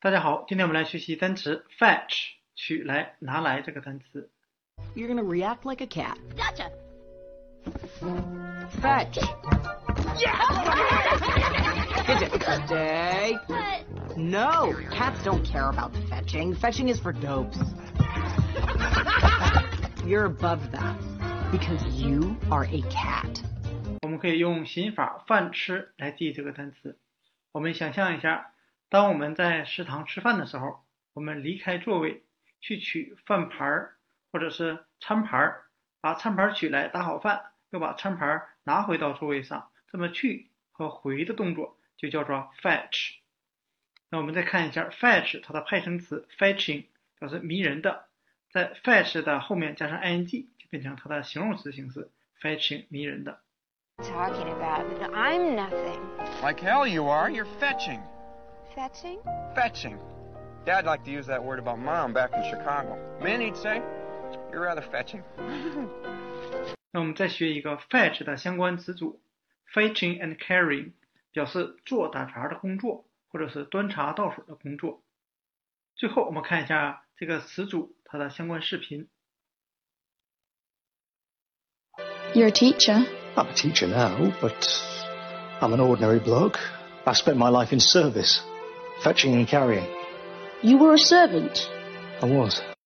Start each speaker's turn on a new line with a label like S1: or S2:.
S1: 大家好，今天我们来学习单词 fetch 取来拿来这个单词。
S2: You're going to react like a cat.
S3: Gotcha.
S2: Fetch. Is it today?
S3: But
S2: No, cats don't care about fetching. Fetching is for dopes. You're above that because you are a cat.
S1: 我们可以用刑法饭吃来记这个单词。我们想象一下，当我们在食堂吃饭的时候，我们离开座位去取饭盘儿或者是餐盘儿，把餐盘儿取来打好饭，又把餐盘儿拿回到座位上，这么去和回的动作就叫做 fetch。那我们再看一下 fetch 它的派生词 fetching，表示迷人的，在 fetch 的后面加上 ing 就变成它的形容词形式 fetching 迷人的。
S4: talking about? I'm nothing.
S5: Like hell you are. You're fetching.
S4: Fetching?
S5: Fetching. Dad liked to use that word about mom back in Chicago. Men, he'd say, you're rather fetching.
S1: 那我们再学一个 fetch 的相关词组，fetching and carrying，表示做打茶的工作，或者是端茶倒水的工作。最后我们看一下这个词组它的相关视频。
S6: You're a teacher.
S7: I'm a teacher now, but I'm an ordinary bloke. I've spent my life in service, fetching and carrying.
S6: You were a servant.
S7: I was.